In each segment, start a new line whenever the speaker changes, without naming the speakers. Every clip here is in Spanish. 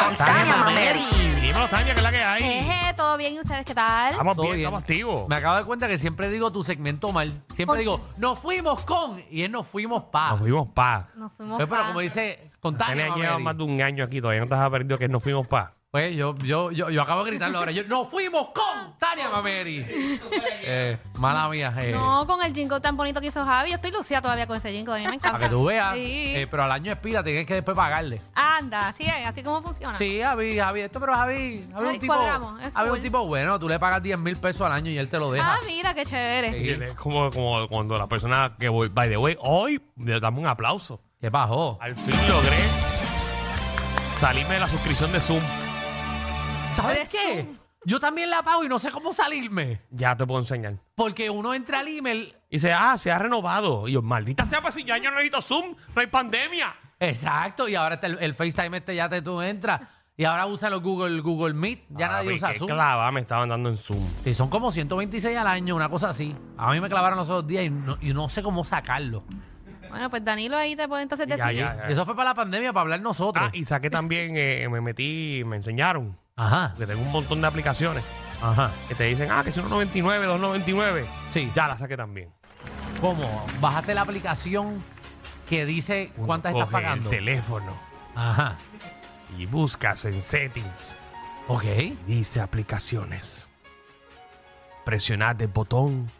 con Tania Mameri.
Dímelo, Tania, que es la que hay.
Jeje, ¿Todo bien? ¿Y ustedes qué tal?
Estamos
Todo
bien,
bien.
estamos activos.
Me acabo de dar cuenta que siempre digo tu segmento mal.
¿Por
Siempre
qué?
digo, nos fuimos con. Y es nos fuimos pa.
Nos fuimos pa.
Nos fuimos
Pero, pero
pa-
como dice, con Tania
Tania lleva
Mameri.
más de un año aquí, todavía no te has aprendido que nos fuimos pa.
Pues yo, yo, yo, yo acabo de gritarlo ahora. Yo, nos fuimos con Tania Mameri. Eh, mala mía. eh.
No, con el jingle tan bonito que hizo Javi. Yo estoy lucida todavía con ese jingle. A mí me encanta.
Para Ah, que tú veas.
Sí.
eh, pero al año expira, tienes que después pagarle.
Anda, así es, así como funciona.
Sí, Javi, Javi, esto, pero Javi, Javi,
Ah. Ay,
un tipo,
cuadramos, es
Javi
cool.
un tipo bueno, tú le pagas 10 mil pesos al año y él te lo deja.
Ah, mira, qué chévere.
Sí.
Y es como, como cuando la persona que voy, by the way, hoy le damos un aplauso.
¿Qué bajó?
Al fin logré salirme de la suscripción de Zoom.
¿Sabes qué? Yo también la pago y no sé cómo salirme.
Ya te puedo enseñar.
Porque uno entra al email.
Y dice, ah, se ha renovado. Y yo, maldita sea, pues si ya yo no necesito Zoom, no hay pandemia.
Exacto, y ahora está el, el FaceTime este ya te tú entras. Y ahora usan los Google, Google Meet. Ya nadie
Papi,
usa
qué
Zoom.
clava me estaban dando en Zoom.
Sí, son como 126 al año, una cosa así. A mí me clavaron los otros días y no, y no sé cómo sacarlo.
Bueno, pues Danilo ahí te puede entonces
Ya,
decir.
ya, ya.
Eso fue para la pandemia, para hablar nosotros.
Eh. Ah, y saqué también, eh, me metí, me enseñaron,
Ajá,
que tengo un montón de aplicaciones
ajá.
que te dicen, ah, que son 1.99, 2.99.
Sí.
Ya la saqué también.
¿Cómo? Bajaste la aplicación que dice
Uno
cuántas estás
coge
pagando.
El teléfono
Ajá.
y buscas en settings
Ok.
y dice aplicaciones. Presionad el botón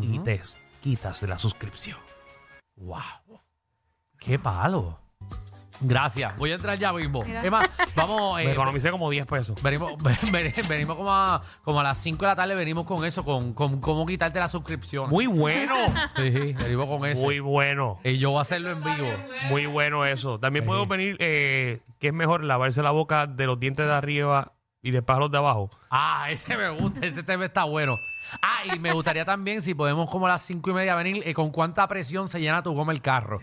y te quitas de la suscripción.
Wow. Qué palo. Gracias. Voy a entrar ya mismo.
Mira.
Es más, vamos.
Me
eh,
economicé como 10 pesos.
Venimos, ven- venimos como, a, como a las 5 de la tarde, venimos con eso, con, con cómo quitarte la suscripción.
Muy bueno.
Sí, sí, venimos con eso.
Muy bueno.
Y yo voy a hacerlo en vivo.
Muy bueno eso. También
Sí.
puedo venir, eh, que es mejor lavarse la boca de los dientes de arriba y después los de abajo.
Ah, ese me gusta, ese tema está bueno. Ah, y me gustaría también, si podemos como a las 5 y media venir, eh, con cuánta presión se llena tu goma el carro.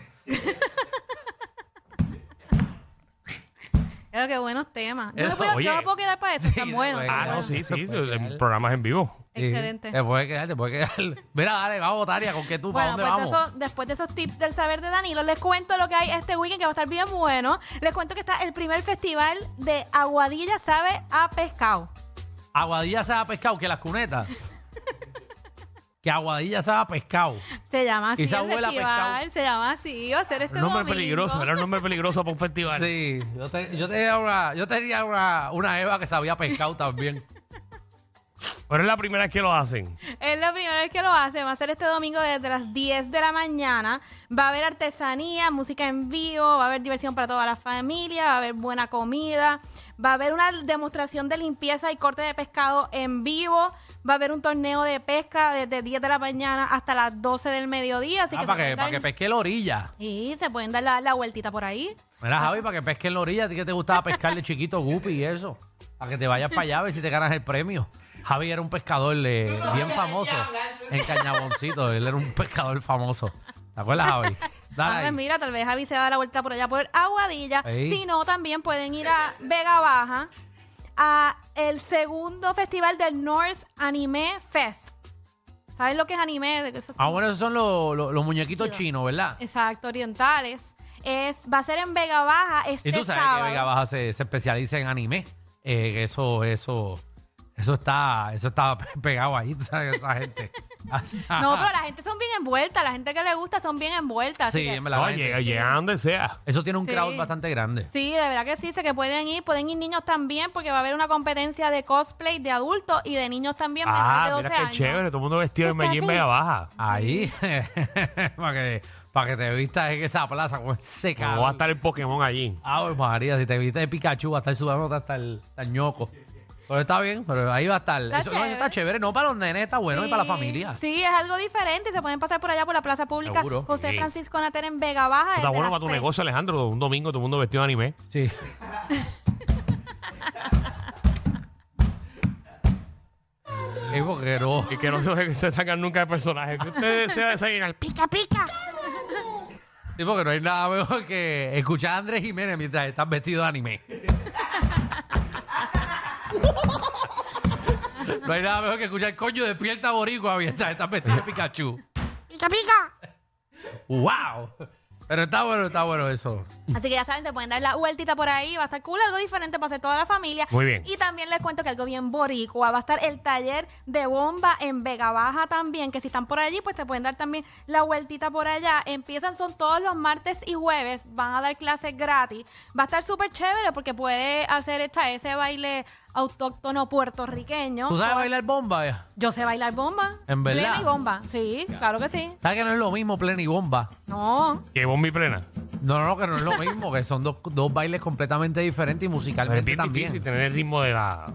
Claro, qué buenos temas. Yo, me
Eso,
puedo, yo
oye.
me puedo quedar para eso.
Eh, Sí,
tan
no,
bueno.
eh,
Ah,
bueno.
no, sí, sí.
Eso puede
el
quedar.
programa es en vivo.
Sí,
Excelente.
Te puedes quedar, te puedes quedar. Mira, dale, vamos, Tania, ¿con qué tú? ¿Para
Bueno,
dónde
pues de
vamos?
eso- después de esos tips del saber de Danilo, les cuento lo que hay este weekend que va a estar bien bueno. Les cuento que está el primer festival de Aguadilla Sabe a Pescado.
Aguadilla se ha pescado, que las cunetas. que aguadilla se ha pescado.
Se llama así.
Esa
el
abuela
festival,
pescado.
Se llama así. Va a ser este
Un nombre
domingo.
peligroso, era un nombre peligroso para un festival.
Sí, yo, te- yo tenía, una, yo tenía una, una Eva que sabía pescado también.
Pero es la primera vez que lo hacen.
Es la primera vez que lo hace. Va a ser este domingo desde las 10 de la mañana. Va a haber artesanía, música en vivo, va a haber diversión para toda la familia, va a haber buena comida, va a haber una demostración de limpieza y corte de pescado en vivo, va a haber un torneo de pesca desde 10 de la mañana hasta las 12 del mediodía. Así
Ah,
que
para, que,
se pueden
para que
dar-
pesque la orilla.
Sí, se pueden dar la, la vueltita por ahí.
Mira, Javi, para que pesque en la orilla. A ti que te gustaba pescar de chiquito, Guppy y eso. Para que te vayas para allá a ver si te ganas el premio. Javi era un pescador eh, bien famoso en Cañaboncito. Él era un pescador famoso. ¿Te acuerdas, Javi?
Ah,
Dale.
pues
ahí.
mira, tal vez Javi se da la vuelta por allá por Aguadilla.
Ey.
Si no, también pueden ir a Vega Baja a el segundo festival del North Anime Fest. ¿Saben lo que es anime? Eso-
Ah, bueno, esos son los, los- los muñequitos chinos, ¿verdad?
Exacto, orientales. Es, va a ser en Vega Baja este
Y tú sabes
sábado.
que Vega Baja se, se especializa en anime. Eh, que eso, eso, eso está, eso está pe- pegado ahí, tú sabes, esa gente.
No, pero la gente son bien envueltas. La gente que le gusta son bien envueltas. así
Sí,
que-
en verdad,
No,
la gente-
llega, llega a donde sea.
Eso tiene un
Sí.
crowd bastante grande.
Sí, de verdad que sí, sé que pueden ir, pueden ir niños también, porque va a haber una competencia de cosplay de adultos y de niños también menores
Ah,
de 12
mira qué
años.
chévere, todo el mundo vestido de
Está
Medellín,
así.
Vega Baja.
Ahí, para que, para que te vistas en esa plaza con ese
Como va Pues a
calor.
estar el Pokémon allí.
Ave María, si te viste de Pikachu, va a estar sudando hasta el, hasta el ñoco. Pero está bien, pero ahí va a estar.
Está
Eso- no, eso
chévere.
está chévere, no para los nenes, está bueno y para la familia.
Sí, es algo diferente. Se pueden pasar por allá por la plaza pública
Seguro.
José
Sí.
Francisco Nater en Vega Baja.
Está
desde
bueno
las
para tu
tres.
negocio, Alejandro. Un domingo, todo el mundo vestido de anime.
Sí. es porque no.
Y que no se, se sacan nunca de personaje. ¿Qué usted desea desayunar?
Pica, pica.
Sí, porque no hay nada mejor que escuchar a Andrés Jiménez mientras estás vestido de anime. no hay nada mejor que escuchar coño despierta boricua mientras estás vestido de Pikachu.
Pica, pica.
¡Wow! Pero está bueno, está bueno eso.
Así que ya saben, se pueden dar la vueltita por ahí. Va a estar cool, algo diferente para hacer toda la familia.
Muy bien.
Y también les cuento que algo bien boricua. Va a estar el taller de bomba en Vega Baja también. Que si están por allí, pues te pueden dar también la vueltita por allá. Empiezan, son todos los martes y jueves. Van a dar clases gratis. Va a estar súper chévere porque puede hacer esta, ese baile autóctono puertorriqueño.
¿Tú sabes
Toda-
bailar bomba? ya?
Yo sé bailar bomba.
¿En verdad?
Plena y bomba. Sí, claro que sí.
¿Sabes que no es lo mismo plena y bomba?
No.
Llevo mi plena.
No, no, no, que no es lo mismo, que son dos, dos bailes completamente diferentes y
Pero es
musicalmente
bien
también.
difícil tener el ritmo de la,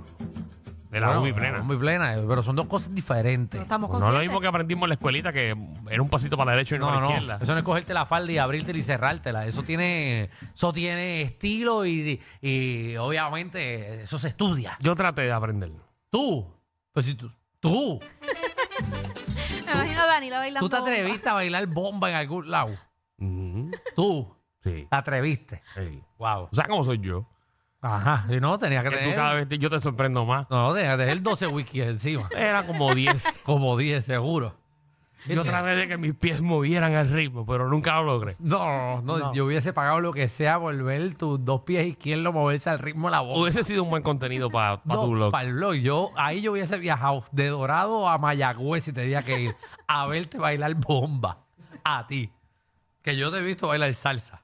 de la
Bueno,
bomba y plena.
la bomba y plena, eh, pero son dos cosas diferentes.
No estamos
No es lo
conscientes.
mismo que aprendimos en la escuelita, que era un pasito para la derecha y uno
No,
para la
no,
izquierda.
eso no es cogerte la falda y abrirte y cerrártela. Eso tiene, eso tiene estilo y, y obviamente eso se estudia.
Yo traté de aprender.
Tú, pues si tú, tú,
Me imagino a Danilo bailando.
tú te
bomba.
atreviste a bailar bomba en algún lado.
Ujú.
Tú,
Sí.
te atreviste.
sí.
Wow.
O sea, ¿cómo soy yo?
Ajá, si no, tenía que
Que tú
tener.
cada vez te- yo te sorprendo más.
No, tenía que tener 12 wikis encima.
Era como 10.
Como 10, seguro.
Yo traté de que mis pies movieran al ritmo, pero nunca lo logré.
No, no,
No.
yo hubiese pagado lo que sea volver tus dos pies izquierdos, moverse al ritmo de la voz.
Hubiese sido un buen contenido para tu blog.
Para el blog. Yo, ahí yo hubiese viajado de Dorado a Mayagüez y tenía que ir a verte bailar bomba. A ti. Que yo te he visto bailar salsa.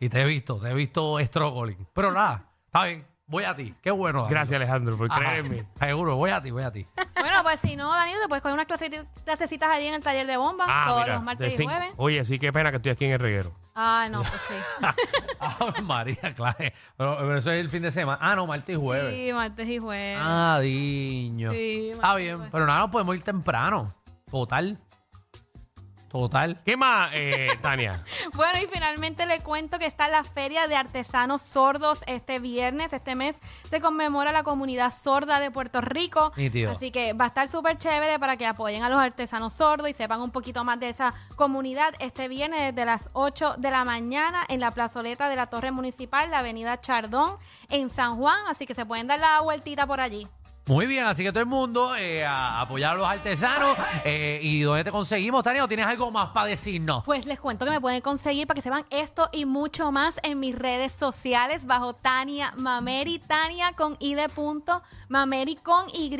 Y te he visto, te he visto struggling. Pero nada, está bien. Voy a ti. Qué bueno. Danilo.
Gracias, Alejandro, por
Ajá,
creer en mí.
Seguro, voy a ti, voy a ti.
Bueno, pues si no, Danilo, te puedes coger unas clasecitas, clasecitas allí en el taller de bomba
Ah,
todos los
Ah, de
martes y
cinco.
jueves.
Oye, sí, qué pena que estoy aquí en el reguero.
Ah, no, pues sí.
Ave María, claro. Pero, pero eso es el fin de semana. Ah, no, martes y jueves.
Sí, martes y jueves.
Ah, diño.
Sí,
Está
martes y
bien,
jueves.
pero nada, nos podemos ir temprano. Total. Total.
¿Qué más, eh, Tania?
Bueno, y finalmente le cuento que está la Feria de Artesanos Sordos este viernes. Este mes se conmemora la comunidad sorda de Puerto Rico.
Nítido.
Así que va a estar súper chévere para que apoyen a los artesanos sordos y sepan un poquito más de esa comunidad. Este viernes desde las 8 de la mañana en la plazoleta de la Torre Municipal, la Avenida Chardón, en San Juan. Así que se pueden dar la vueltita por allí.
Muy bien, así que todo el mundo eh, a apoyar a los artesanos. eh, ¿Y dónde te conseguimos, Tania? ¿O tienes algo más para decirnos?
Pues les cuento que me pueden conseguir para que sepan esto y mucho más en mis redes sociales bajo Tania Mameri, Tania con I de punto, Mameri con Y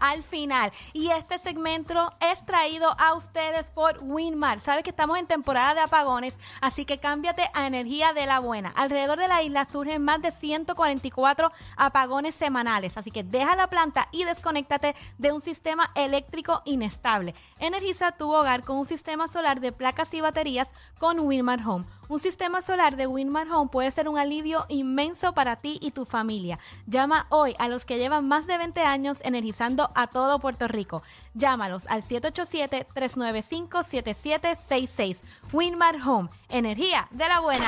al final. Y este segmento es traído a ustedes por Winmar. Sabes que estamos en temporada de apagones, así que cámbiate a energía de la buena. Alrededor de la isla surgen más de 144 apagones semanales, así que deja la planta y desconéctate de un sistema eléctrico inestable. Energiza tu hogar con un sistema solar de placas y baterías con Winmar Home. Un sistema solar de Winmar Home puede ser un alivio inmenso para ti y tu familia. Llama hoy a los que llevan más de 20 años energizando a todo Puerto Rico. Llámalos al 787-395-7766. Winmar Home, energía de la buena.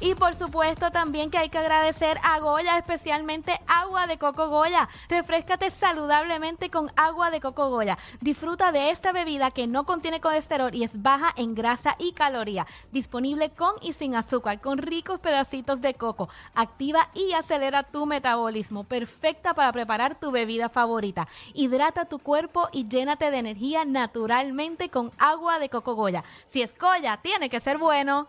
Y por supuesto también que hay que agradecer a Goya, especialmente agua de coco Goya. Refrescate saludablemente con agua de coco Goya. Disfruta de esta bebida que no contiene colesterol y es baja en grasa y caloría. Disponible con y sin azúcar, con ricos pedacitos de coco. Activa y acelera tu metabolismo. Perfecta para preparar tu bebida favorita. Hidrata tu cuerpo y llénate de energía naturalmente con agua de coco Goya. Si es Goya, tiene que ser bueno.